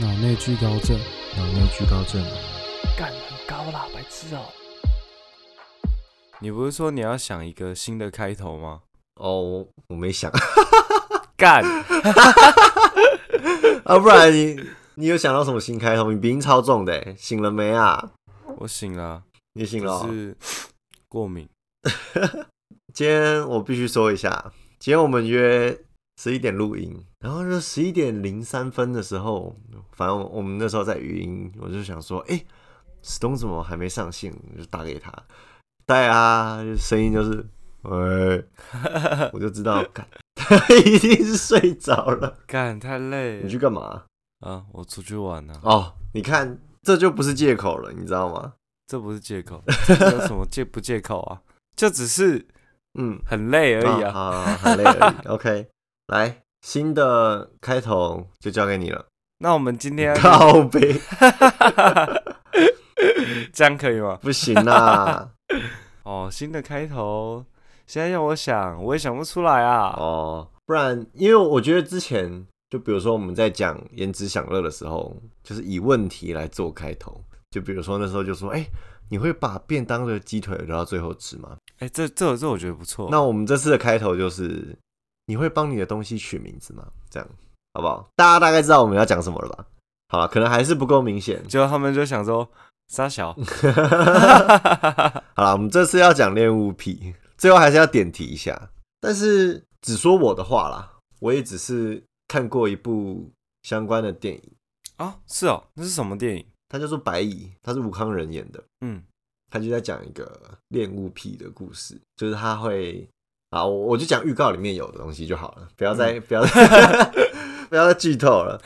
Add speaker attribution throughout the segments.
Speaker 1: 脑内聚高症。
Speaker 2: 脑内聚高症。
Speaker 3: 干很高啦，白痴哦、
Speaker 4: 你不是说你要想一个新的开头吗？
Speaker 2: 哦，我我没想
Speaker 4: 干，
Speaker 2: 啊，不然你你有想到什么新开头？你鼻音超重的欸，醒了没啊？
Speaker 4: 我醒了，啊
Speaker 2: 你醒了
Speaker 4: 就
Speaker 2: 哦？
Speaker 4: 是过敏。
Speaker 2: 今天我必须说一下，今天我们约十一点录音，然后就十一点零三分的时候，反正我们那时候在语音，我就想说，哎、史东怎么还没上线？我就打给他，对啊，就声音就是，喂，我就知道，干， 他一定是睡着了。
Speaker 4: 干太累
Speaker 2: 你去
Speaker 4: 了
Speaker 2: 干嘛？
Speaker 4: 啊！我出去玩了、
Speaker 2: 哦，你看，这就不是借口了，你知道吗？
Speaker 4: 这不是借口，这有什么借不借口啊？就只是
Speaker 2: 嗯，
Speaker 4: 很累而已
Speaker 2: 啊，
Speaker 4: 啊。
Speaker 2: 好好好很累而已。OK，来，新的开头就交给你了。
Speaker 4: 那我们今天
Speaker 2: 靠背
Speaker 4: 这样可以吗？
Speaker 2: 不行啊啦，
Speaker 4: 哦，新的开头，现在要我想，我也想不出来啊。
Speaker 2: 哦，不然因为我觉得之前就比如说我们在讲颜值享乐的时候，就是以问题来做开头，就比如说那时候就说，哎、你会把便当的鸡腿留到最后吃吗？
Speaker 4: 哎、这这这我觉得不错。
Speaker 2: 那我们这次的开头就是，你会帮你的东西取名字吗？这样好不好？大家大概知道我们要讲什么了吧？好了，可能还是不够明显。
Speaker 4: 结果他们就想说傻小，
Speaker 2: 好了，我们这次要讲恋物癖，最后还是要点题一下。但是只说我的话啦，我也只是看过一部相关的电影，
Speaker 4: 啊，是哦，那是什么电影？
Speaker 2: 它叫做《白蚁》，它是吴康仁演的，
Speaker 4: 嗯，
Speaker 2: 他就在讲一个恋物癖的故事，就是他会啊，我我就讲预告里面有的东西就好了，不要再、不要再 不要再剧透了。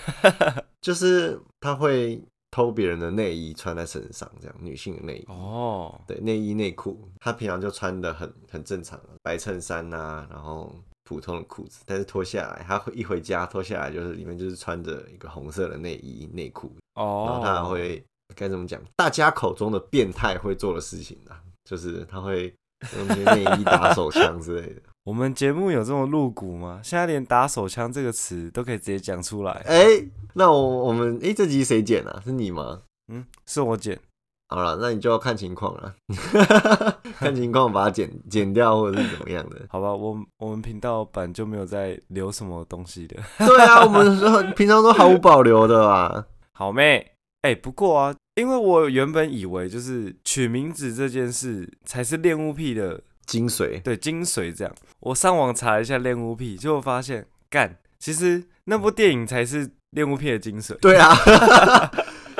Speaker 2: 就是他会偷别人的内衣穿在身上，这样女性的内衣。
Speaker 4: 哦，
Speaker 2: 对，内衣内裤，他平常就穿的很很正常，白衬衫呐、然后普通的裤子，但是脱下来，他会一回家脱下来就是里面就是穿着一个红色的内衣内裤，然后
Speaker 4: 哦，
Speaker 2: 他还会该怎么讲？大家口中的变态会做的事情啊，就是他会用一些内衣打手枪之类的。
Speaker 4: 我们节目有这么露骨吗？现在连打手枪这个词都可以直接讲出来。
Speaker 2: 哎、那我我们哎、这集谁剪啊？是你吗？
Speaker 4: 嗯，是我剪。
Speaker 2: 好了，那你就要看情况了， 看情况把它剪剪掉或者是怎么样的。
Speaker 4: 好吧，我我们频道版就没有在留什么东西的。
Speaker 2: 对啊，我们说平常都毫无保留的啊。
Speaker 4: 好妹，哎、不过啊，因为我原本以为就是取名字这件事才是恋物癖的
Speaker 2: 精髓
Speaker 4: 对精髓，这样我上网查了一下恋物癖，结果发现干，其实那部电影才是恋物癖的精髓。
Speaker 2: 对啊，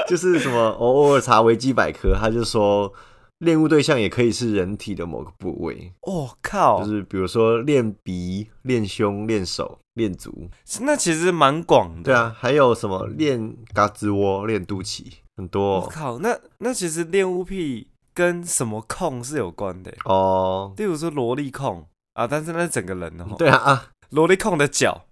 Speaker 2: 就是什么偶偶尔查维基百科，他就说恋物对象也可以是人体的某个部位，
Speaker 4: 我、哦靠，
Speaker 2: 就是比如说练鼻、练胸、练手、练足。
Speaker 4: 那其实蛮广的。
Speaker 2: 对啊，还有什么练嘎吱窝、练肚脐，很多
Speaker 4: 我、
Speaker 2: 哦
Speaker 4: 靠，那那其实恋物癖跟什么控是有关的欸，
Speaker 2: 哦。
Speaker 4: 例如说萝莉控啊，但是那是整个人哦，
Speaker 2: 对啊啊，
Speaker 4: 萝莉控的脚，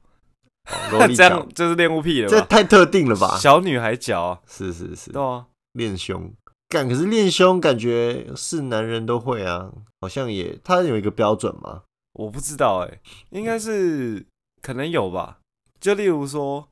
Speaker 2: 哦萝 莉
Speaker 4: 这
Speaker 2: 脚
Speaker 4: 样，就是恋物癖了
Speaker 2: 这
Speaker 4: 吧？
Speaker 2: 太特定了吧？
Speaker 4: 小女孩脚、啊，
Speaker 2: 是是是
Speaker 4: 对，啊，
Speaker 2: 练胸。干，可是练胸感觉是男人都会啊，好像也，他有一个标准吗？
Speaker 4: 我不知道哎、应该是可能有吧。就例如说，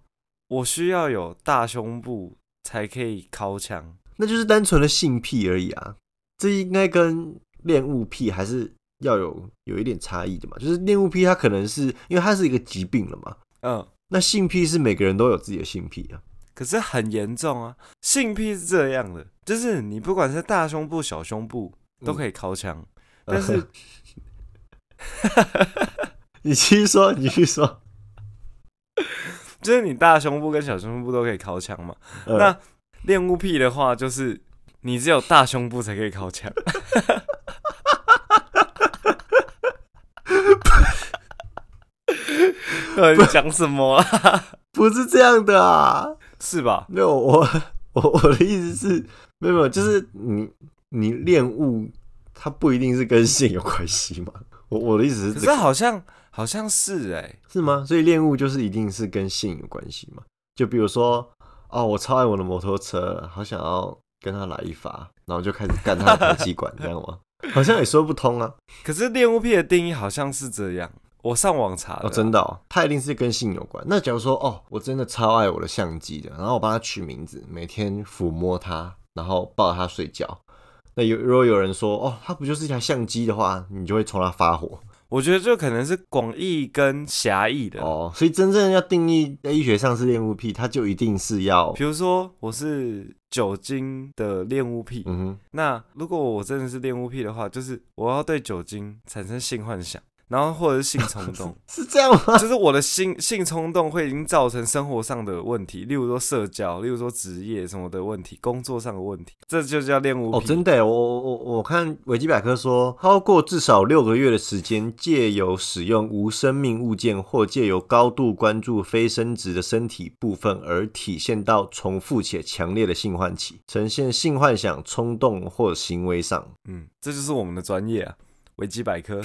Speaker 4: 我需要有大胸部才可以靠墙，
Speaker 2: 那就是单纯的性癖而已啊。这应该跟恋物癖还是要有有一点差异的嘛。就是恋物癖，它可能是因为它是一个疾病了嘛。
Speaker 4: 嗯，
Speaker 2: 那性癖是每个人都有自己的性癖啊。
Speaker 4: 可是很严重啊。性癖是这样的，就是你不管是大胸部、小胸部
Speaker 2: 嗯
Speaker 4: 都可以靠墙，但是
Speaker 2: 呃 你继续说，你继续说。
Speaker 4: 就是你大胸部跟小胸部都可以靠墙嘛。
Speaker 2: 呃
Speaker 4: 那恋物癖的话，就是你只有大胸部才可以靠墙。呃，你讲什么啊？
Speaker 2: 不是这样的啊。
Speaker 4: 是吧？
Speaker 2: 没有，我我我的意思是，没有，没有，就是你你恋物，它不一定是跟性有关系嘛。我我的意思
Speaker 4: 可
Speaker 2: 是、这
Speaker 4: 是啊
Speaker 2: 个，
Speaker 4: 好像好像是哎、
Speaker 2: 是吗？所以恋物就是一定是跟性有关系嘛？就比如说，哦，我超爱我的摩托车，好想要跟他来一发，然后就开始干 他的排气管，这样吗？好像也说不通啊。
Speaker 4: 可是恋物癖的定义好像是这样，我上网查的、
Speaker 2: 哦，真的、哦，它一定是跟性有关。那假如说，哦，我真的超爱我的相机的，然后我帮它取名字，每天抚摸它，然后抱着它睡觉。那有如果有人说，哦，它不就是一台相机的话，你就会冲它发火
Speaker 4: 我觉得这可能是广义跟狭义的。
Speaker 2: 哦。所以真正要定义在医学上是恋物癖，它就一定是要，
Speaker 4: 比如说我是酒精的恋物癖，
Speaker 2: 嗯哼，，
Speaker 4: 那如果我真的是恋物癖的话，就是我要对酒精产生性幻想，然后或者是性冲动
Speaker 2: 是这样吗？
Speaker 4: 就是我的性性冲动会已经造成生活上的问题，例如说社交，例如说职业什么的问题，工作上的问题，这就叫恋物癖。
Speaker 2: 哦，真的耶，我我我我看维基百科说，超过至少六个月的时间，借由使用无生命物件或借由高度关注非生殖的身体部分而体现到重复且强烈的性唤起，呈现性幻想、冲动或行为上。
Speaker 4: 嗯，这就是我们的专业啊，维基百科。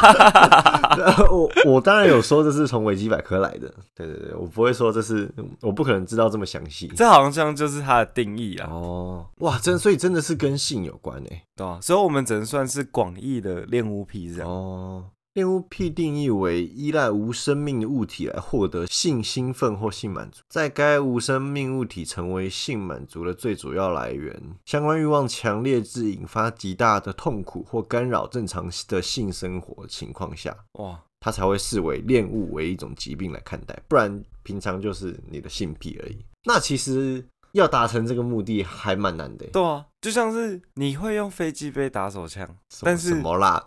Speaker 2: 呃我我当然有说这是从维基百科来的，对对对，我不会说这是，嗯我不可能知道这么详细。
Speaker 4: 这好像就是它的定义啊，
Speaker 2: 哦，哇，真所以真的是跟性有关诶。
Speaker 4: 对吧、所以我们只能算是广义的恋物癖这样。
Speaker 2: 哦，恋物癖定义为依赖无生命的物体来获得性兴奋或性满足，在该无生命物体成为性满足的最主要来源，相关欲望强烈至引发极大的痛苦或干扰正常的性生活情况下，
Speaker 4: 哇，
Speaker 2: 它才会视为恋物为一种疾病来看待，不然平常就是你的性癖而已。那其实要达成这个目的还蛮难的欸。
Speaker 4: 对啊，就像是你会用飞机杯打手枪，
Speaker 2: 什么
Speaker 4: 但是
Speaker 2: 什么啦？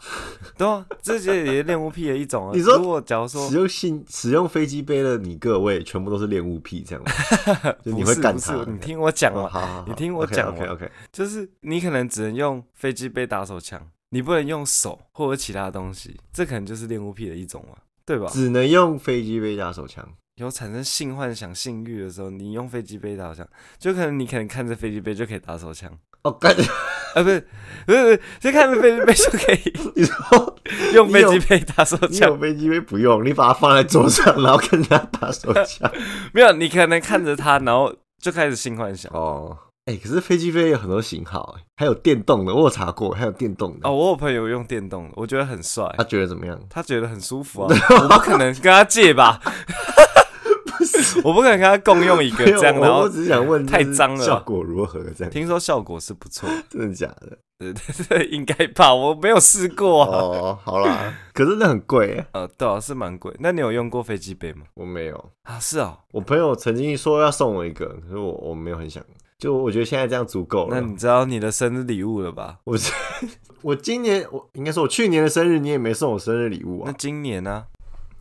Speaker 4: 对啊，这些也是恋物癖的一种啊。
Speaker 2: 你说
Speaker 4: 如果假如说
Speaker 2: 使用性使用飞机杯的你各位，全部都是恋物癖 这样吗？就你会干
Speaker 4: 不是
Speaker 2: 他？
Speaker 4: 不是，你听我讲
Speaker 2: 哦好
Speaker 4: 嘛，
Speaker 2: 好好，
Speaker 4: 你听我讲
Speaker 2: OK
Speaker 4: 完
Speaker 2: OK，
Speaker 4: 就是你可能只能用飞机杯打手枪，你不能用手或者其他东西，这可能就是恋物癖的一种嘛，对吧？
Speaker 2: 只能用飞机杯打手枪。
Speaker 4: 有产生性幻想、性欲的时候，你用飞机杯打手枪，就可能你可能看着飞机杯就可以打手枪，
Speaker 2: 哦，干！
Speaker 4: 啊，不是，不是，不是就看着飞机杯就可以
Speaker 2: 你说
Speaker 4: 用飞机杯打手
Speaker 2: 你
Speaker 4: 枪
Speaker 2: 有，飞机杯不用，你把它放在桌上，然后跟他打手 枪。
Speaker 4: 没有，你可能看着它，然后就开始性幻想。
Speaker 2: 哦，哎、可是飞机杯有很多型号、哎还有电动的，我有查过，还有电动的。
Speaker 4: 哦，，我有朋友用电动的，我觉得很帅，
Speaker 2: 他觉得怎么样？
Speaker 4: 他觉得很舒服啊， 我不可能跟他借吧， 我不可能跟他共用一个
Speaker 2: 没有
Speaker 4: 这样，
Speaker 2: 我
Speaker 4: 然后
Speaker 2: 我只是想问，
Speaker 4: 太
Speaker 2: 就是
Speaker 4: 脏了
Speaker 2: 效
Speaker 4: 吧
Speaker 2: 果如何？这样
Speaker 4: 听说效果是不错，
Speaker 2: 真的假的？
Speaker 4: 对对对，应该吧，我没有试过啊，
Speaker 2: 哦，好啦，可是那很贵、哎
Speaker 4: 呃，对啊，是蛮贵。那你有用过飞机杯吗？
Speaker 2: 我没有。
Speaker 4: 啊，是哦，
Speaker 2: 我朋友曾经说要送我一个，可是我我没有很想，就我觉得现在这样足够
Speaker 4: 那
Speaker 2: 了。
Speaker 4: 你知道你的生日礼物了吧？
Speaker 2: 我是我今年我应该说我去年的生日你也没送我生日礼物
Speaker 4: 那
Speaker 2: 啊，
Speaker 4: 今年呢、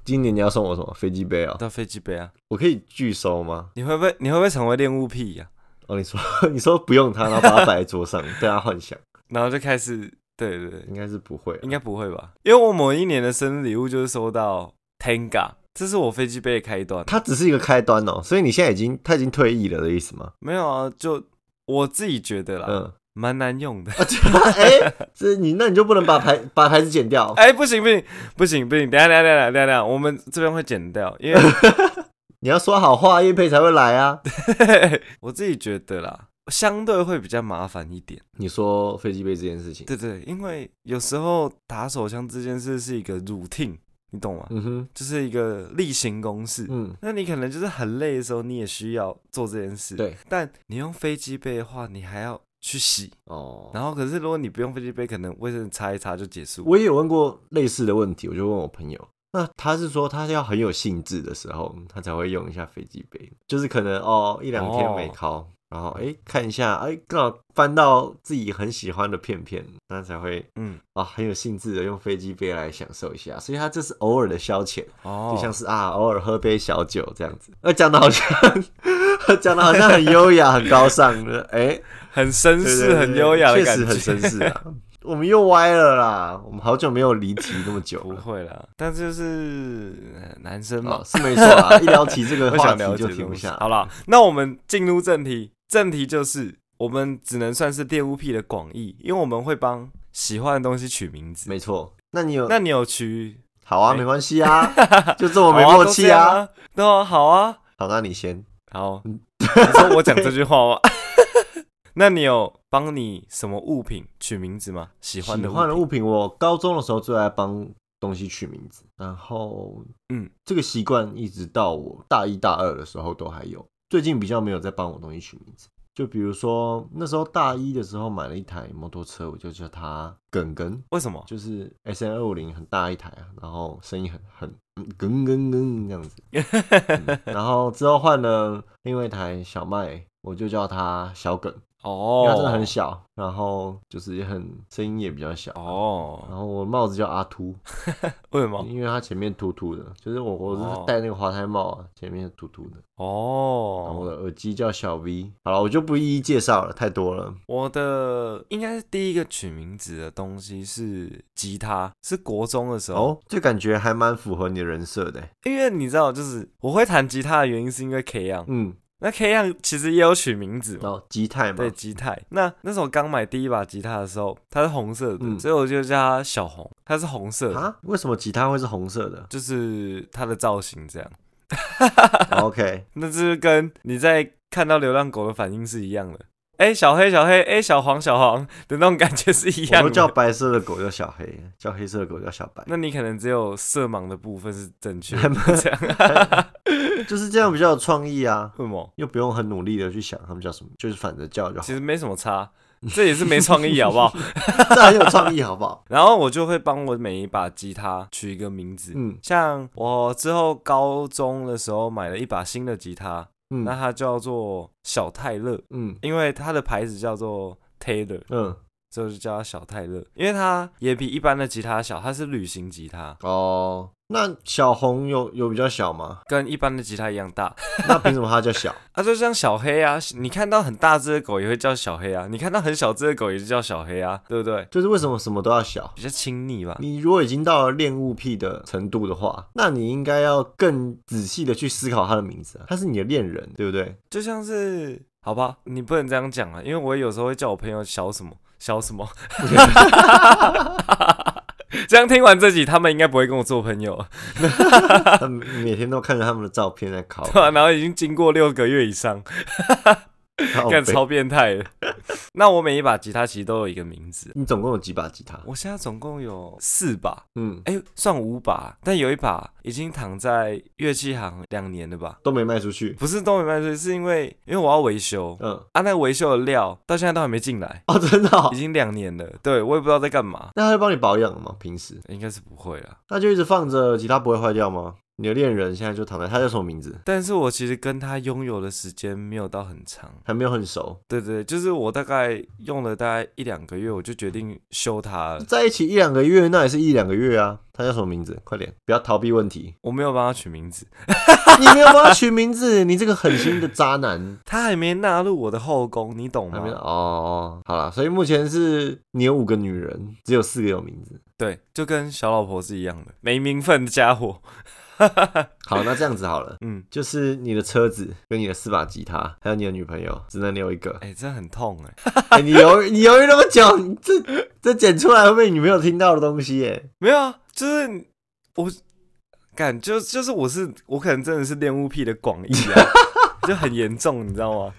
Speaker 2: 今年你要送我什么飞机杯啊、
Speaker 4: 到飞机杯啊，
Speaker 2: 我可以拒收吗？
Speaker 4: 你会不会你会不会成为恋物癖啊呀、
Speaker 2: 哦，你说 你说不用它，然后把它摆在桌上，对它啊幻想，
Speaker 4: 然后就开始，对对对，
Speaker 2: 应该是不会啊。
Speaker 4: 应该不会吧？因为我某一年的生日礼物就是收到 Tenga，这是我飞机杯的开端。
Speaker 2: 它只是一个开端哦，所以你现在已经它已经退役了的意思吗？
Speaker 4: 没有啊，就我自己觉得啦，
Speaker 2: 嗯，
Speaker 4: 蛮、难用 的。
Speaker 2: 哎、这你那你就不能把牌把牌子剪掉？
Speaker 4: 哎、不行不行不行不行，等一下等一下等一下等一下等一下，我们这边会剪掉，因 为
Speaker 2: 你要说好话，叶佩才会来啊。
Speaker 4: 我自己觉得啦，相对会比较麻烦一点。
Speaker 2: 你说飞机杯这件事情，
Speaker 4: 对对，因为有时候打手枪这件事是一个 routine，你懂吗？
Speaker 2: 嗯哼，
Speaker 4: 就是一个例行公事。
Speaker 2: 嗯，
Speaker 4: 那你可能就是很累的时候，你也需要做这件事。
Speaker 2: 对，
Speaker 4: 但你用飞机杯的话，你还要去洗。
Speaker 2: 哦，
Speaker 4: 然后，可是如果你不用飞机杯，可能卫生纸擦一擦就结束。
Speaker 2: 我也有问过类似的问题，我就问我朋友，那他是说他要很有兴致的时候，他才会用一下飞机杯，就是可能哦一两天没敲，然后哎看一下，哎刚好翻到自己很喜欢的片片，那才会
Speaker 4: 嗯，
Speaker 2: 啊、很有兴致的用飞机杯来享受一下，所以他这是偶尔的消遣，
Speaker 4: 哦，
Speaker 2: 就像是啊偶尔喝杯小酒这样子，呃讲的好像 讲的好像很优雅很高尚的，哎、
Speaker 4: 很绅
Speaker 2: 对
Speaker 4: 士、
Speaker 2: 对对
Speaker 4: 很优雅的
Speaker 2: 确
Speaker 4: 感
Speaker 2: 实
Speaker 4: 觉，
Speaker 2: 很绅士啊。 我们又歪了啦，我们好久没有离题那么久
Speaker 4: 不
Speaker 2: 了。
Speaker 4: 会啦，但是就是呃男生嘛
Speaker 2: 哦，，是没错啊，一聊起这个
Speaker 4: 我
Speaker 2: 话
Speaker 4: 想
Speaker 2: 题
Speaker 4: 了解
Speaker 2: 就
Speaker 4: 这
Speaker 2: 停
Speaker 4: 东
Speaker 2: 不
Speaker 4: 西
Speaker 2: 下。
Speaker 4: 好，了，那我们进入正题，正题就是我们只能算是恋物癖的广义，因为我们会帮喜欢的东西取名字。
Speaker 2: 没错。那你有
Speaker 4: 那你有取？
Speaker 2: 好啊，
Speaker 4: 哎
Speaker 2: 没关系 啊，就这么
Speaker 4: 我
Speaker 2: 没默契啊。嗯
Speaker 4: 啊，对啊，好啊，
Speaker 2: 好，那你先。
Speaker 4: 好。你说我讲这句话吗？ 那你有帮你什么物品取名字吗？喜欢
Speaker 2: 喜
Speaker 4: 的
Speaker 2: 欢的
Speaker 4: 物
Speaker 2: 物品，我高中的时候最爱帮东西取名字，然后
Speaker 4: 嗯，
Speaker 2: 这个习惯一直到我大一大二的时候都还有，最近比较没有在帮我东西取名字。就比如说那时候大一的时候买了一台摩托车，我就叫它耿耿，
Speaker 4: 为什么？
Speaker 2: 就是 S N 二五零很大一台啊，然后声音很很嗯耿耿耿这样 子。嗯然后之后换了另外一台小麦，我就叫它小耿，因
Speaker 4: 哦，
Speaker 2: 为它真的很小，然后就是也很声音也比较小。然
Speaker 4: 哦，
Speaker 2: 后我帽子叫阿秃，
Speaker 4: 为什么？
Speaker 2: 因为它前面秃秃的，就是我我
Speaker 4: 哦
Speaker 2: 是戴那个滑胎帽啊，前面秃秃的。然后我
Speaker 4: 哦，
Speaker 2: 的耳机叫小 V。好了，我就不一一介绍了，太多了。
Speaker 4: 我的应该是第一个取名字的东西是吉他，是国中的时候，
Speaker 2: 哦，这感觉还蛮符合你的人设的欸。
Speaker 4: 因为你知道，就是我会弹吉他的原因是因为 K 样，
Speaker 2: 嗯，
Speaker 4: 那 K 样其实也有取名字嘛。
Speaker 2: 然后吉泰嘛
Speaker 4: 对，吉他。那那时候刚买第一把吉他的时候，它是红色的，
Speaker 2: 嗯
Speaker 4: 所以我就叫它小红，它是红色的，
Speaker 2: 啊，为什么吉他会是红色的
Speaker 4: 就是它的造型这样。
Speaker 2: ？OK，
Speaker 4: 那就是跟你在看到流浪狗的反应是一样的。哎、小黑，小黑，哎、小黄，小黄的那种感觉是 一
Speaker 2: 我
Speaker 4: 样
Speaker 2: 都叫
Speaker 4: 的。
Speaker 2: 白色的狗叫小黑，叫黑色的狗叫小白，
Speaker 4: 那你可能只有色盲的部分是正确
Speaker 2: 还
Speaker 4: 的，
Speaker 2: 蛮
Speaker 4: 这样。
Speaker 2: 就是这样比较有创意啊，
Speaker 4: 为什么？
Speaker 2: 又不用很努力的去想他们叫什么，就是反着叫就好
Speaker 4: 其，实没什么差，这也是没创意，好不 好？
Speaker 2: 这很有创意，好不好？
Speaker 4: 然后我就会帮我每一把吉他取一个名字，
Speaker 2: 嗯
Speaker 4: 像我之后高中的时候买了一把新的吉他，那
Speaker 2: 嗯
Speaker 4: 它叫做小泰勒，
Speaker 2: 嗯
Speaker 4: 因为它的牌子叫做 Taylor，
Speaker 2: 嗯，
Speaker 4: 所以我就叫它小泰勒，因为它也比一般的吉他小，它是旅行吉他，
Speaker 2: 哦，那小红有有比较小吗？
Speaker 4: 跟一般的吉他一样大。
Speaker 2: 那凭什么它叫小？
Speaker 4: 啊，就像小黑啊，你看到很大只的狗也会叫小黑啊，你看到很小只的狗也是叫小黑啊，对不对？
Speaker 2: 就是为什么什么都要小？
Speaker 4: 比较亲昵吧。
Speaker 2: 你如果已经到了恋物癖的程度的话，那你应该要更仔细的去思考他的名字、啊，他是你的恋人，对 不对？
Speaker 4: 就像是，好吧，你不能这样讲啊，因为我有时候会叫我朋友小什么小什么， 这样听完这集，他们应该不会跟我做朋友了，
Speaker 2: 他每每天都看着他们的照片在考，
Speaker 4: 对啊吧、然后已经经过六个月以上，
Speaker 2: 靠
Speaker 4: 干
Speaker 2: 北
Speaker 4: 超变态的。 那我每一把吉他其实都有一个名字，
Speaker 2: 你总共有几把吉他？
Speaker 4: 我现在总共有四把，
Speaker 2: 嗯，
Speaker 4: 哎，算五把，但有一把已经躺在乐器行两年了吧？
Speaker 2: 都没卖出去。
Speaker 4: 不是都没卖出去，是因为因为我要维修
Speaker 2: 嗯，
Speaker 4: 啊，那维修的料到现在都还没进来，
Speaker 2: 哦，真的、哦
Speaker 4: 已？经两年了，对我也不知道在干嘛。
Speaker 2: 那他会帮你保养吗？平时
Speaker 4: 应该是不会啦。
Speaker 2: 那就一直放着，吉他不会坏掉吗？你的恋人现在就躺在，他叫什么名字？
Speaker 4: 但是我其实跟他拥有的时间没有到很长，
Speaker 2: 还没有很熟，
Speaker 4: 对对，对就是我大概用了大概一两个月，我就决定修它了。
Speaker 2: 在一起一两个月，那也是一两个月啊。他叫什么名字？快点，不要逃避问 题。
Speaker 4: 我没有帮他取名字，
Speaker 2: 你没有帮他取名字，你这个狠心的渣男。
Speaker 4: 他还没纳入我的后宫，你懂
Speaker 2: 还没有
Speaker 4: 吗？
Speaker 2: 哦，好啦，所以目前是你有五个女人，只有四个有名字。
Speaker 4: 对，就跟小老婆是一样的，没名分的家伙。
Speaker 2: 好，那这样子好了，
Speaker 4: 嗯，
Speaker 2: 就是你的车子跟你的四把吉他，还有你的女朋友，只能留一个。
Speaker 4: 哎、这很痛哎、
Speaker 2: 哎你犹豫，你犹豫那么久，你这这剪出来会被你女朋友听到的东西耶。
Speaker 4: 没有啊，就是我感就就是我是我可能真的是恋物癖的广义啊， 就很严重，你知道吗？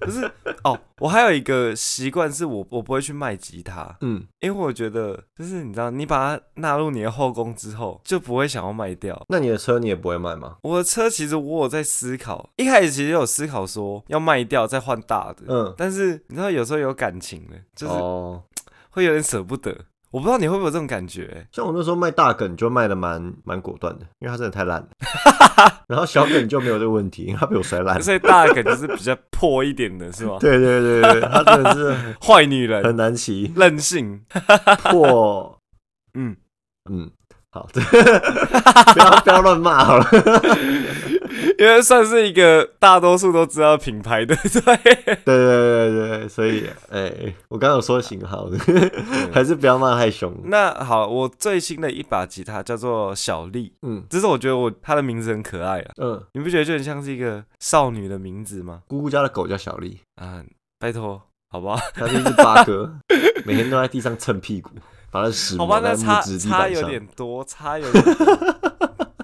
Speaker 4: 不是哦，我还有一个习惯是我我不会去卖吉他，
Speaker 2: 嗯，
Speaker 4: 因为我觉得就是你知道，你把它纳入你的后宫之后，就不会想要卖掉。
Speaker 2: 那你的车你也不会卖吗？
Speaker 4: 我的车其实我有在思考，一开始其实有思考说要卖掉再换大的，
Speaker 2: 嗯，
Speaker 4: 但是你知道有时候有感情的，就是
Speaker 2: 哦，
Speaker 4: 会有点舍不得。我不知道你会不会有这种感觉、欸
Speaker 2: 像我那时候卖大梗就卖的蛮蛮果断的，因为它真的太烂 了。然后小梗就没有这个问题，因为它被我摔 烂。
Speaker 4: 所以大梗就是比较破一点的是吗？
Speaker 2: 对对对对，它真的是
Speaker 4: 坏女人，
Speaker 2: 很难 骑
Speaker 4: 任性。
Speaker 2: 破。
Speaker 4: 嗯，
Speaker 2: 嗯，好，这不要不要乱骂好了。
Speaker 4: 因为算是一个大多数都知道品牌的，对。
Speaker 2: 对对对对对，所以哎、我刚刚有说型号的， 还是不要骂太凶。
Speaker 4: 嗯那好，我最新的一把吉他叫做小丽，
Speaker 2: 嗯
Speaker 4: 只是我觉得我它的名字很可爱啊，
Speaker 2: 嗯，
Speaker 4: 你不觉得就很像是一个少女的名字吗？
Speaker 2: 姑姑家的狗叫小丽，
Speaker 4: 啊，拜托，好吧，
Speaker 2: 它是一只八哥，每天都在地上蹭屁股，把它的屎
Speaker 4: 好吧
Speaker 2: 抹，在
Speaker 4: 那
Speaker 2: 木
Speaker 4: 差
Speaker 2: 质地
Speaker 4: 差
Speaker 2: 板
Speaker 4: 有
Speaker 2: 上，
Speaker 4: 点多，差有点多，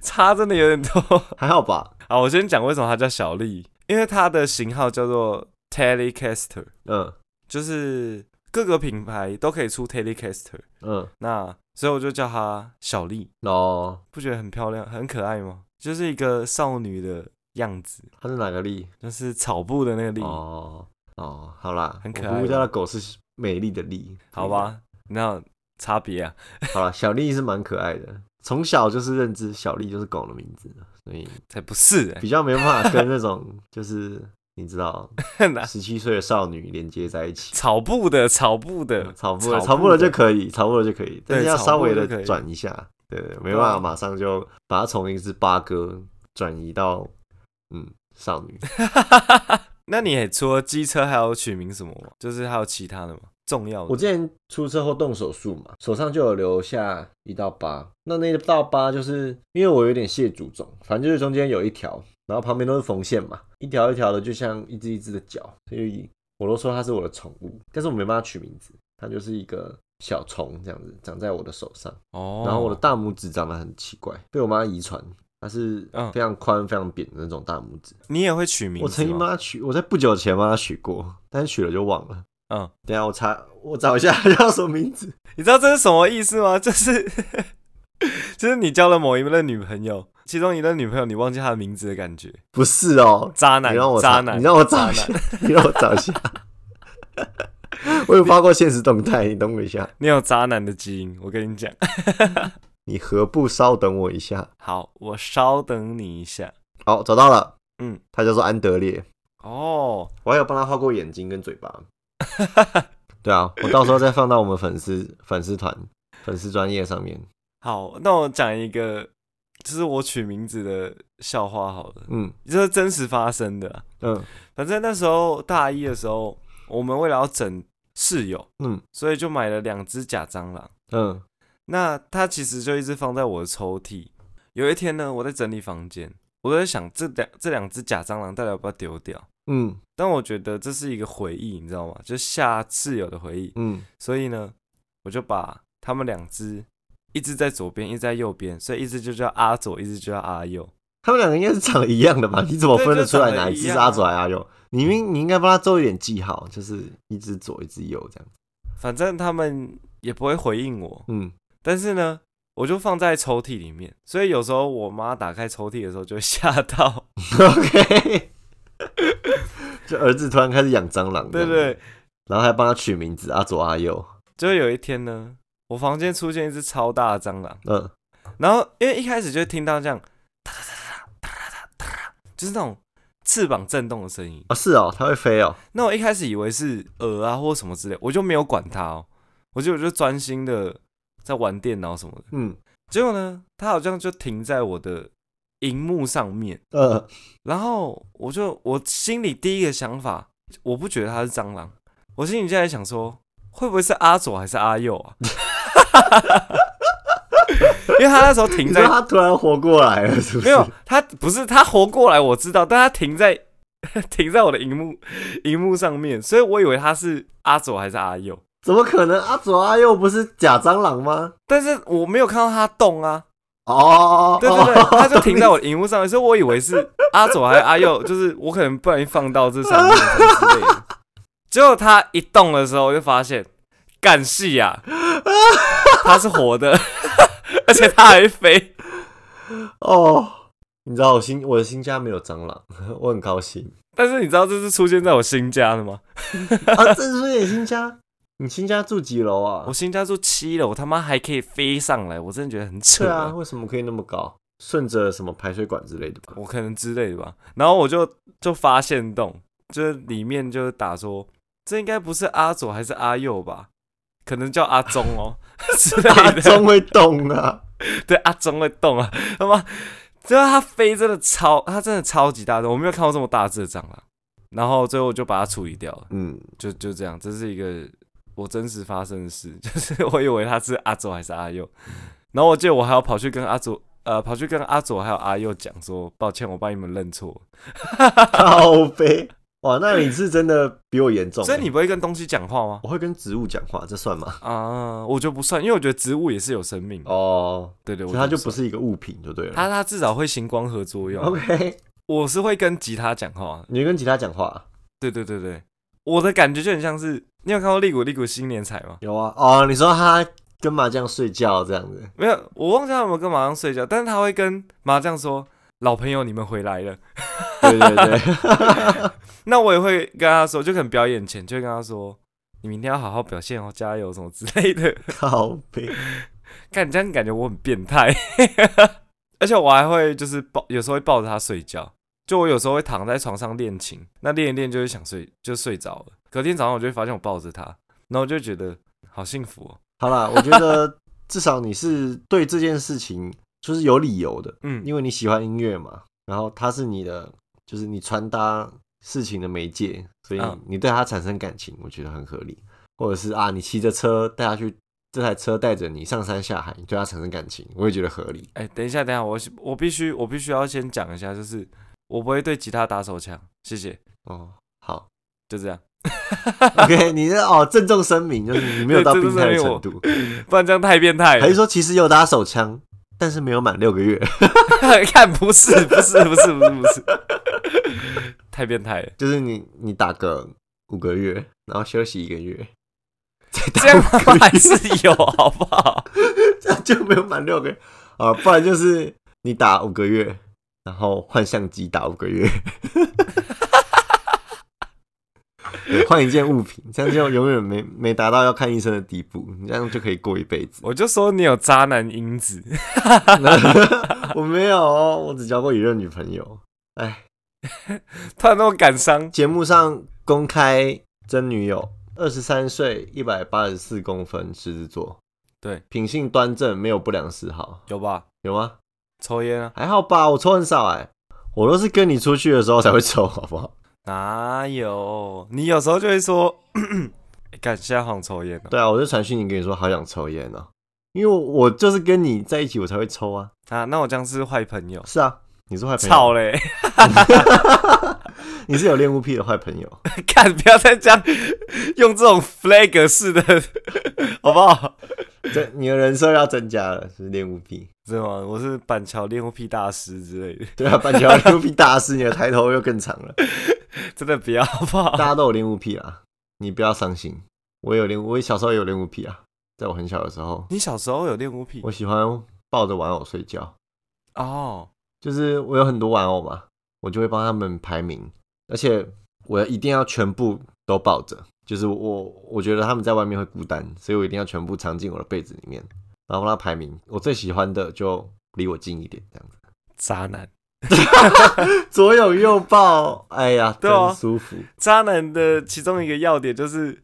Speaker 4: 差真的有点多。
Speaker 2: 还好吧？
Speaker 4: 好，我先讲为什么它叫小丽，因为它的型号叫做 Telecaster。
Speaker 2: 嗯
Speaker 4: 就是各个品牌都可以出 Telecaster。
Speaker 2: 嗯
Speaker 4: 那所以我就叫她小丽，
Speaker 2: 哦，
Speaker 4: 不觉得很漂亮、很可爱吗？就是一个少女的样子，
Speaker 2: 他是哪个力？
Speaker 4: 就是草布的那个丽，
Speaker 2: 哦哦，好啦，
Speaker 4: 很可
Speaker 2: 我姑姑
Speaker 4: 爱
Speaker 2: 叫
Speaker 4: 吧
Speaker 2: 她狗是美丽的丽，
Speaker 4: 好吧？那差别啊，
Speaker 2: 对？好啦，小丽是蛮可爱的，从小就是认知小丽就是狗的名字，所以
Speaker 4: 才不是、
Speaker 2: 比较没办法跟那种就是你 知道
Speaker 4: 欸，哪
Speaker 2: 十七岁的少女连接在一起。
Speaker 4: 草布的，草布的，
Speaker 2: 嗯草布了，草布了就可以，草布了就可以，但是要
Speaker 4: 草
Speaker 2: 稍
Speaker 4: 布
Speaker 2: 微
Speaker 4: 了
Speaker 2: 的
Speaker 4: 就可以
Speaker 2: 转一下，对对，没
Speaker 4: 对啊
Speaker 2: 办法，马上就把它从一只八哥转移到嗯少 女。
Speaker 4: 那你也除了机车，还有取名什么吗？就是还有其他的吗？重要
Speaker 2: 我
Speaker 4: 的
Speaker 2: 之前出车祸动手术嘛，手上就有留下一到八。那那一到八就是因为我有点蟹足肿，反正就是中间有一条，然后旁边都是缝线嘛，一条一条的，就像一只一只的脚，所以我都说它是我的宠物，但是我没办法取名字，它就是一个小虫这样子长在我的手上。
Speaker 4: 哦。
Speaker 2: 然后我的大拇指长得很奇怪，被我妈遗传，它是
Speaker 4: 嗯
Speaker 2: 非常宽、非常扁的那种大拇指。
Speaker 4: 你也会取名字吗？
Speaker 2: 我曾经帮她取，我在不久前帮她取过，但是取了就忘了。
Speaker 4: 嗯，
Speaker 2: 等一下我查，我找一下叫什么名字。
Speaker 4: 你知道这是什么意思吗？ 就是就是你交了某一任女朋友，其中一任女朋友你忘记她的名字的感觉，
Speaker 2: 不是哦，
Speaker 4: 渣男，
Speaker 2: 你让我
Speaker 4: 渣
Speaker 2: 查
Speaker 4: 男，
Speaker 2: 你让我找一下
Speaker 4: 渣男，
Speaker 2: 你让我找一下。 我有发过现实动态，你等我一下。
Speaker 4: 你有渣男的基因，我跟你讲。
Speaker 2: 你何不稍等我一下？
Speaker 4: 好，我稍等你一下。
Speaker 2: 好，找到了。
Speaker 4: 嗯，
Speaker 2: 他叫做安德烈，
Speaker 4: 哦，
Speaker 2: 我还有帮他画过眼睛跟嘴 巴。对啊，我到时候再放到我们粉丝粉丝团、粉丝专业上面。
Speaker 4: 好，那我讲一个，就是我取名字的笑话好了，
Speaker 2: 嗯
Speaker 4: 这是真实发生的啊、
Speaker 2: 嗯
Speaker 4: 反正那时候大一的时候，我们为了要整室友，
Speaker 2: 嗯
Speaker 4: 所以就买了两只假蟑螂。
Speaker 2: 嗯
Speaker 4: 那它其实就一直放在我的抽屉。有一天呢，我在整理房间，我都在想这两这两只假蟑螂到底要不要丢掉？
Speaker 2: 嗯
Speaker 4: 但我觉得这是一个回忆，你知道吗？就下室友的回忆。
Speaker 2: 嗯
Speaker 4: 所以呢，我就把它们两只，一只在左边，一只在右边，所以一只就叫阿左，一只就叫阿右。
Speaker 2: 他们两个应该是长得一样的
Speaker 4: 嗯
Speaker 2: 吧？你怎么分得出来哪一只是阿左还是阿右？你应你应该帮他做一点记号，就是一只左一只右这样。
Speaker 4: 反正他们也不会回应我，
Speaker 2: 嗯，
Speaker 4: 但是呢，我就放在抽屉里面，所以有时候我妈打开抽屉的时候就会吓到，
Speaker 2: OK，就儿子突然开始养蟑螂，
Speaker 4: 对不对，？
Speaker 2: 然后还帮他取名字阿左阿右，
Speaker 4: 就有一天呢，我房间出现一只超大的蟑螂，
Speaker 2: 嗯
Speaker 4: 然后因为一开始就听到这样，哒哒哒哒哒哒哒哒哒，就是那种翅膀震动的声音。
Speaker 2: 啊是哦，它会飞哦，
Speaker 4: 那我一开始以为是鹅啊或什么之类，我就没有管它哦，我就我就专心的在玩电脑什么的。
Speaker 2: 嗯
Speaker 4: 结果呢，它好像就停在我的荧幕上面，
Speaker 2: 呃
Speaker 4: 然后我就我心里第一个想法，我不觉得它是蟑螂，我心里就在想说，会不会是阿左还是阿右啊？ 因为他那时候
Speaker 2: 你
Speaker 4: 停
Speaker 2: 说
Speaker 4: 在
Speaker 2: 它突然活过来了是不是？
Speaker 4: 没有，他不是他活过来，我知道，但他停在 停在我的荧幕荧幕上面，所以我以为他是阿左还是阿右，
Speaker 2: 怎么可能？阿左阿右不是假蟑螂吗？
Speaker 4: 但是我没有看到他动啊，
Speaker 2: 哦，
Speaker 4: 对对对，
Speaker 2: 哦
Speaker 4: 他就停在我的荧幕上面，所以我以为是阿左还是阿右，就是我可能不小心放到这上面什么之类的，结果他一动的时候，我就发现干戏 呀，他是活的， 而且他还飞，
Speaker 2: 哦。你知道我新我的新家没有蟑螂， 我很高兴
Speaker 4: 但是你知道这是出现在我新家的吗？
Speaker 2: 啊！这是你新家，你新家住几楼啊
Speaker 4: 我？新家住七楼，他妈还可以飞上来，我真的觉得很扯、
Speaker 2: 对啊，为什么可以那么高？顺着什么排水管之类的 吧？
Speaker 4: 我可能之类的吧。然后我就就发现洞，就是里面就是打说，这应该不是阿左还是阿右吧？可能叫阿忠哦之类
Speaker 2: 阿
Speaker 4: 的。
Speaker 2: 忠会动啊！
Speaker 4: 对阿忠会动啊，他妈，就是它飞真的超，它真的超级大的，我没有看过这么大只的蟑螂。然后最后我就把它处理掉了，
Speaker 2: 嗯，
Speaker 4: 就就这样，这是一个我真实发生的事， 就是我以为他是阿左还是阿右，然后我记得我还要跑去跟阿左，呃，跑去跟阿左还有阿右讲说，抱歉，我帮你们认错，
Speaker 2: 靠背。哇，那你是真的比我严重欸。
Speaker 4: 所以你不会跟东西讲话吗？
Speaker 2: 我会跟植物讲话，这算 吗？
Speaker 4: 啊、我就不算，因为我觉得植物也是有生命的，
Speaker 2: 哦，
Speaker 4: 对对，
Speaker 2: 所
Speaker 4: 我
Speaker 2: 以它就
Speaker 4: 不
Speaker 2: 不
Speaker 4: 算，
Speaker 2: 是一个物品，就对了。
Speaker 4: 它它至少会行光合作用。
Speaker 2: OK，
Speaker 4: 我是会跟吉他讲话，
Speaker 2: 你跟吉他讲话啊
Speaker 4: 对对对对，我的感觉就很像是，你有看过《利古利古新年彩》吗？
Speaker 2: 有啊？哦，你说它跟麻将睡觉这样子，
Speaker 4: 没有，我忘记他有没有跟麻将睡觉，但是他会跟麻将说：“老朋友，你们回来了。
Speaker 2: 对对 对，”
Speaker 4: 那我也会跟他说，就可能表演前就会跟他说：“你明天要好好表现哦，加油什么之类的。
Speaker 2: 靠背，”
Speaker 4: 看这样感觉我很变态， 而且我还会就是抱，有时候会抱着他睡觉。就我有时候会躺在床上练琴，那练一练就会想睡，就睡着了。隔天早上我就会发现我抱着他，然后我就觉得好幸福哦。
Speaker 2: 好啦，我觉得至少你是对这件事情就是有理由的，
Speaker 4: 嗯，
Speaker 2: 因为你喜欢音乐嘛，然后它是你的，就是你传达事情的媒介，所以
Speaker 4: 嗯
Speaker 2: 你对它产生感情，我觉得很合理。或者是啊，你骑着车带它去，这台车带着你上山下海，你对它产生感情，我也觉得合理。
Speaker 4: 哎、等一下，等一下，我我必须我必须要先讲一下，就是我不会对吉他打手枪，谢谢，
Speaker 2: 哦， 好
Speaker 4: 就这样，
Speaker 2: ，OK，你这哦郑重声明就是你没有到
Speaker 4: 对
Speaker 2: 病态的
Speaker 4: 郑重
Speaker 2: 程
Speaker 4: 声哎
Speaker 2: 度，
Speaker 4: 不然这样太变态
Speaker 2: 还是
Speaker 4: 了。
Speaker 2: 说其实有打手枪，但是没有满六个月，
Speaker 4: 看，不是，不是，不是，不是，不是， 太变态了，
Speaker 2: 就是你你打个五个月，然后休息一个月，再
Speaker 4: 这
Speaker 2: 打
Speaker 4: 样
Speaker 2: 五
Speaker 4: 他妈
Speaker 2: 个月
Speaker 4: 还是有，好不好？
Speaker 2: 这样 就没有满六个月啊，不然就是你打五个月，然后换相机打五个月， 对换一件物品，这样就永远没没达到要看医生的地步，你这样就可以过一辈子。
Speaker 4: 我就说你有渣男因子，
Speaker 2: 我没有哦，我只交过一任女朋友。哎，
Speaker 4: 突然那么感伤，
Speaker 2: 节目上公开真女友，二十三岁，一百八十四公分，狮子座，
Speaker 4: 对，
Speaker 2: 品性端正，没有不良嗜好，
Speaker 4: 有吧？
Speaker 2: 有吗？
Speaker 4: 抽烟啊？
Speaker 2: 还好吧，我抽很少哎、我都是跟你出去的时候才会抽， 好不好？
Speaker 4: 哪有？你有时候就会说， 哎干、现在好想抽烟哦、
Speaker 2: 对啊，我就传讯你跟你说好想抽烟哦、因为我我就是跟你在一起我才会抽啊。
Speaker 4: 啊，那我这样是坏朋友，
Speaker 2: 是啊，你是坏朋
Speaker 4: 操
Speaker 2: 友，
Speaker 4: 嘞！
Speaker 2: 你是有恋物癖的坏朋友。
Speaker 4: 看，不要再这样 用这种 flag 式的， 好不好？
Speaker 2: 这你的人设要增加了，就是恋物癖。
Speaker 4: 是吗？我是板桥恋物癖大师之类的，
Speaker 2: 对啊，板桥恋物癖大师，你的抬头又更长了。
Speaker 4: 真的不要，好不
Speaker 2: 大
Speaker 4: 好？
Speaker 2: 家都有恋物癖啊，你不要伤心。我也有恋，我小时候也有恋物癖啊，在我很小的时候，
Speaker 4: 你小时候有恋物癖
Speaker 2: 我喜欢抱着玩偶睡觉。
Speaker 4: 哦？
Speaker 2: 就是我有很多玩偶嘛，我就会帮他们排名，而且我一定要全部都抱着，就是我我觉得他们在外面会孤单，所以我一定要全部藏进我的被子里面，然后帮他排名。我最喜欢的就离我近一点，这样子，
Speaker 4: 渣男，
Speaker 2: 左拥右抱，哎呀，
Speaker 4: 对啊
Speaker 2: 真舒服。
Speaker 4: 渣男的其中一个要点就是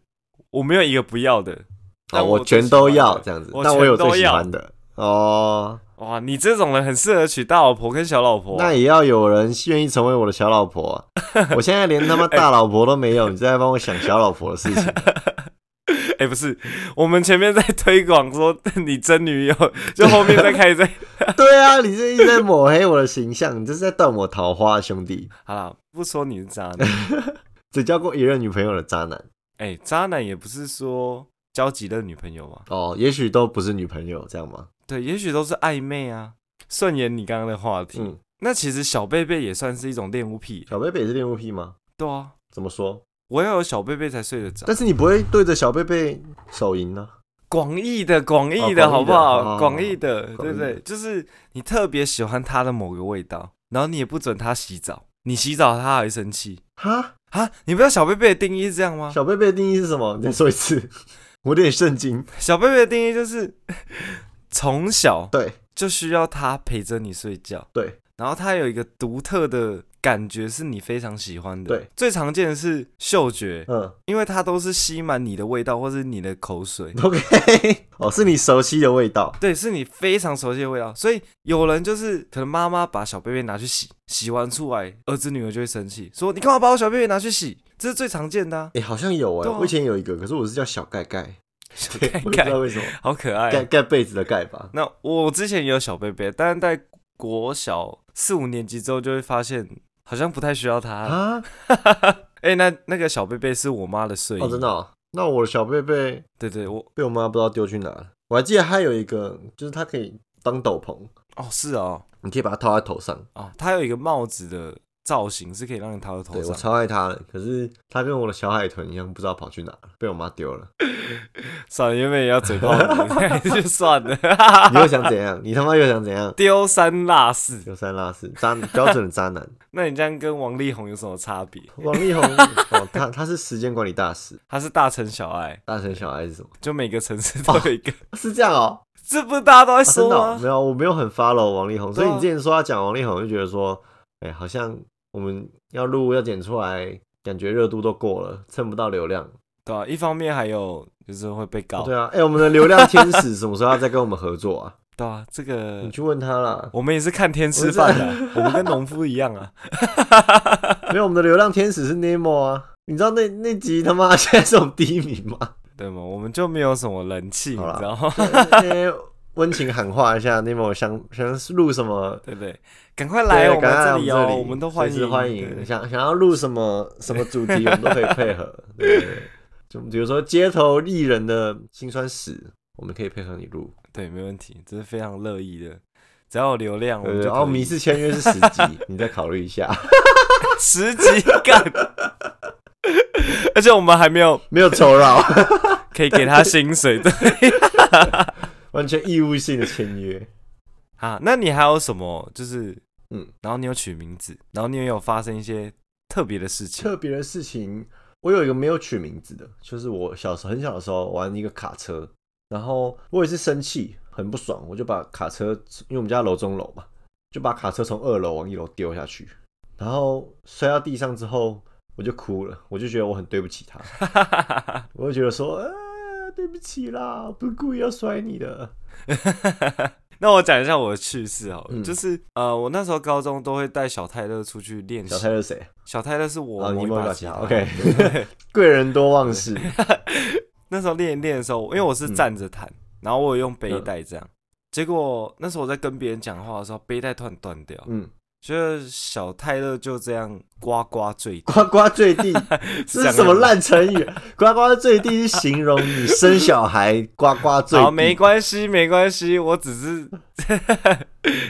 Speaker 4: 我没有一个不要的，
Speaker 2: 啊，
Speaker 4: 但
Speaker 2: 我
Speaker 4: 最
Speaker 2: 全都
Speaker 4: 喜欢
Speaker 2: 要
Speaker 4: 的
Speaker 2: 这样子，
Speaker 4: 我
Speaker 2: 但我
Speaker 4: 全
Speaker 2: 有
Speaker 4: 都
Speaker 2: 最喜
Speaker 4: 要
Speaker 2: 欢的哦，
Speaker 4: 哇，你这种人很适合娶大老婆跟小老婆、
Speaker 2: 那也要有人愿意成为我的小老婆 啊、我现在连他妈大老婆都没有，你在帮我想小老婆的事情。
Speaker 4: 哎、不是，我们前面在推广说 你真女友，就后面再开始 在
Speaker 2: 对啊，你这一直在抹黑我的形象，你这是在断我桃花，兄弟。
Speaker 4: 好啦，不说你是渣男，
Speaker 2: 只交过一任女朋友的渣男
Speaker 4: 哎、渣男也不是说交几任女朋友嘛，
Speaker 2: 哦，也许都不是女朋友，这样吗？
Speaker 4: 对，也许都是暧昧啊。顺延你刚刚的话题，
Speaker 2: 嗯，
Speaker 4: 那其实小贝贝也算是一种恋物癖，
Speaker 2: 小贝贝也是恋物癖吗？
Speaker 4: 对啊，
Speaker 2: 怎么说？
Speaker 4: 我要有小贝贝才睡得着。
Speaker 2: 但是你不会对着小贝贝手淫呢、
Speaker 4: 广义的，广
Speaker 2: 哦
Speaker 4: 义
Speaker 2: 广义的
Speaker 4: 的好不
Speaker 2: 哦
Speaker 4: 好？广义的，
Speaker 2: 广
Speaker 4: 对
Speaker 2: 义
Speaker 4: 不
Speaker 2: 的
Speaker 4: 对？就是你特别喜欢它的某个味道，然后你也不准它洗澡，你洗澡它还会生气
Speaker 2: 哈，
Speaker 4: 啊？你不知道小贝贝的定义是这样吗？
Speaker 2: 小贝贝的定义是什么？你再说一次， 我有点震惊。
Speaker 4: 小贝贝的定义就是 从小
Speaker 2: 对
Speaker 4: 就需要它陪着你睡觉。
Speaker 2: 对，
Speaker 4: 然后它有一个独特的感觉，是你非常喜欢的。
Speaker 2: 对，
Speaker 4: 最常见的是嗅觉，
Speaker 2: 嗯
Speaker 4: 因为它都是吸满你的味道或是你的口水，
Speaker 2: ，OK，哦， 是你熟悉的味道。
Speaker 4: 对，是你非常熟悉的味道。所以有人就是可能妈妈把小贝贝拿去洗，洗完出来，儿子女儿就会生气，说你干嘛把我小贝贝拿去洗？这是最常见的、啊。
Speaker 2: 哎、好像有哎、
Speaker 4: 对啊
Speaker 2: 我以前有一个，可是我是叫小盖盖，
Speaker 4: 小
Speaker 2: 对，
Speaker 4: 盖
Speaker 2: 我也不知道
Speaker 4: 盖，
Speaker 2: 为什么
Speaker 4: 好可爱啊。
Speaker 2: 盖盖被子的 盖吧。
Speaker 4: 那我之前也有小贝贝，但是在国小四五年级之后就会发现。好像不太需要它了。
Speaker 2: 啊，
Speaker 4: 哎、那那个小贝贝是我妈的睡衣。
Speaker 2: 哦，真的、哦。那我的小贝贝
Speaker 4: 对对，我
Speaker 2: 被我妈不知道丢去哪了。我还记得还有一个，就是它可以当斗篷，
Speaker 4: 哦，是哦，
Speaker 2: 你可以把它套在头上。
Speaker 4: 哦，它有一个帽子的造型是可以让你套在头
Speaker 2: 对我
Speaker 4: 上，
Speaker 2: 超爱它的，可是它跟我的小海豚一样，不知道跑去哪了，被我妈丢了。
Speaker 4: 算了，原本也要嘴炮 你， 就算了，
Speaker 2: 你又想怎样？你他妈又想怎样？
Speaker 4: 丢三落四。
Speaker 2: 丢三落四，渣标准的渣男。
Speaker 4: 那你这样跟王力宏有什么差别？
Speaker 2: 王力宏哦，他他是时间管理大师，
Speaker 4: 他是大城小爱，
Speaker 2: 大城小爱是什么？
Speaker 4: 就每个城市都有一个，
Speaker 2: 是这样哦，
Speaker 4: 这不是大家都在
Speaker 2: 啊真
Speaker 4: 说
Speaker 2: 的
Speaker 4: 吗？
Speaker 2: 哦、没有，我没有很 follow 王力宏，所以
Speaker 4: 对啊
Speaker 2: 你之前说要讲王力宏，我就觉得说，哎、好像我们要录要剪出来，感觉热度都过了，蹭不到流量。
Speaker 4: 对啊，一方面还有就是会被告，
Speaker 2: 对啊，哎、我们的流量天使什么时候要再跟我们合作啊？
Speaker 4: 对啊，这个
Speaker 2: 你去问他啦。
Speaker 4: 我们也是看天吃饭的啊， 我们跟农夫一样啊。
Speaker 2: 没有，我们的流量天使是 Nemo 啊。你知道那那集他妈现在这种低迷吗？
Speaker 4: 对吗？我们就没有什么人气，你
Speaker 2: 好啦
Speaker 4: 知道吗？
Speaker 2: 呃温情喊话一下 Nemo 想想录什么
Speaker 4: 对不对？赶快来
Speaker 2: 对
Speaker 4: 我们
Speaker 2: 赶快
Speaker 4: 这
Speaker 2: 来
Speaker 4: 里
Speaker 2: 我们
Speaker 4: 哦，
Speaker 2: 这
Speaker 4: 我们都
Speaker 2: 随
Speaker 4: 欢
Speaker 2: 时
Speaker 4: 迎
Speaker 2: 欢
Speaker 4: 对
Speaker 2: 迎。
Speaker 4: 对
Speaker 2: 想想要录什么什么主题，我们都可以配合。对对对就比如说街头艺人的辛酸史，我们可以配合你录。
Speaker 4: 对，没问题，这是非常乐意的。只要有流量，我
Speaker 2: 对
Speaker 4: 们
Speaker 2: 对
Speaker 4: 就
Speaker 2: 对，
Speaker 4: 可以
Speaker 2: 哦，迷失签约是十集，你再考虑一下。
Speaker 4: 十级干。 而且我们还没有
Speaker 2: 没有酬劳，
Speaker 4: 可以给他薪水 的
Speaker 2: 完全义务性的签约。
Speaker 4: 啊。那你还有什么？就是嗯
Speaker 2: 嗯，
Speaker 4: 然后你有取名字，然后你也有发生一些特别的事情。
Speaker 2: 特别的事情，我有一个没有取名字的，就是我小时候很小的时候玩一个卡车，然后我也是生气，很不爽，我就把卡车，因为我们家楼中楼嘛，就把卡车从二楼往一楼丢下去，然后摔到地上之后，我就哭了，我就觉得我很对不起他，我就觉得说，呃，对不起啦，我不是故意要摔你的，
Speaker 4: 那我讲一下我的趣事好了，
Speaker 2: 嗯
Speaker 4: 就是呃，我那时候高中都会带小泰勒出去练习
Speaker 2: 小。泰是谁？
Speaker 4: 小泰勒是我
Speaker 2: 啊，
Speaker 4: 某
Speaker 2: 尼
Speaker 4: 一
Speaker 2: 莫
Speaker 4: 把
Speaker 2: 拉
Speaker 4: 吉
Speaker 2: 奇
Speaker 4: 他。
Speaker 2: ，OK，贵 人多忘事，
Speaker 4: 那时候练一练的时候，因为我是
Speaker 2: 嗯
Speaker 4: 站着弹，然后我有用背带这样，结果那时候我在跟别人讲话的时候，背带突然断掉，
Speaker 2: 嗯，
Speaker 4: 觉得小泰勒就这样呱呱坠地，
Speaker 2: 呱呱坠地。这是什么
Speaker 4: 样吗？
Speaker 2: 烂成语？ 呱呱坠地是形容你生小孩呱呱坠地。
Speaker 4: 好，没关系，没关系，我只 是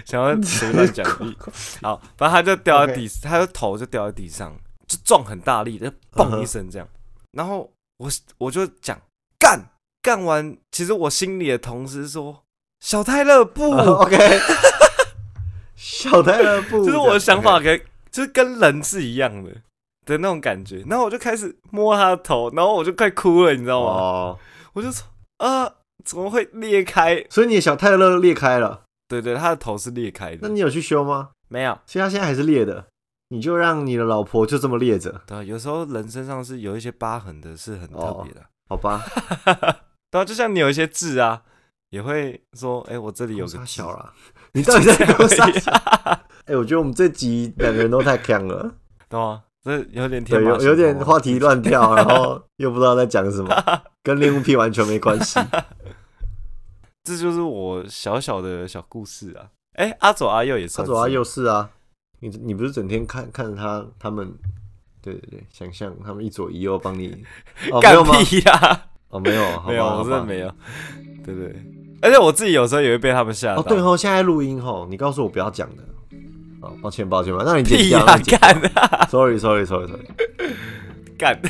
Speaker 4: 想要随便讲一。好，反正他就掉在地，他的头就掉在地上，就撞很大力，就
Speaker 2: 嗯
Speaker 4: 嘣
Speaker 2: 哼
Speaker 4: 一声这样。然后我我就讲干干完，其实我心里的同时说小泰勒 不，
Speaker 2: OK，小泰勒布，
Speaker 4: 就是我的想法跟就是跟人是一样的的那种感觉。然后我就开始摸他的头，然后我就快哭了，你知道吗？
Speaker 2: 哦，
Speaker 4: 我就说啊，怎么会裂开？
Speaker 2: 所以你的小泰勒裂开了，
Speaker 4: 对对，他的头是裂开
Speaker 2: 那
Speaker 4: 的，
Speaker 2: 你有去修吗？
Speaker 4: 没有。
Speaker 2: 所以他现在还是裂的，你就让你的老婆就这么裂着，
Speaker 4: 对啊，有时候人身上是有一些疤痕的，是很特别的。
Speaker 2: 好吧？
Speaker 4: 对啊，就像你有一些痣啊，也会说，哎、我这里有个
Speaker 2: 哦傻
Speaker 4: 痣
Speaker 2: 小啦，你到底在 跟我傻
Speaker 4: 就这
Speaker 2: 小？哎，我觉得我们这集两个人都太 强了，
Speaker 4: 对吗？这有点天
Speaker 2: 对，
Speaker 4: 马
Speaker 2: 有
Speaker 4: 行
Speaker 2: 有点
Speaker 4: 空啊
Speaker 2: 话题 乱跳，然后又不知道在讲什么，跟恋物癖完全没关系。
Speaker 4: 这就是我小小的小故事啊。哎、阿左阿右也
Speaker 2: 他
Speaker 4: 算是，
Speaker 2: 左啊右是啊，你你不是整天看看着他他们，对对对，想象他们一左一右 帮你，哦没
Speaker 4: 干
Speaker 2: 有吗？
Speaker 4: 屁呀、
Speaker 2: 哦没有，好吧
Speaker 4: 没有，
Speaker 2: 好吧
Speaker 4: 我真的没有。对对，而且我自己有时候也会被他们吓到。
Speaker 2: 哦对哦，现在录音吼，你告诉我不要讲的，哦抱歉抱歉吧，那你剪
Speaker 4: 屁
Speaker 2: 掉，
Speaker 4: 呀、
Speaker 2: 那你剪
Speaker 4: 干啊
Speaker 2: ，sorry sorry sorry sorry，
Speaker 4: 干！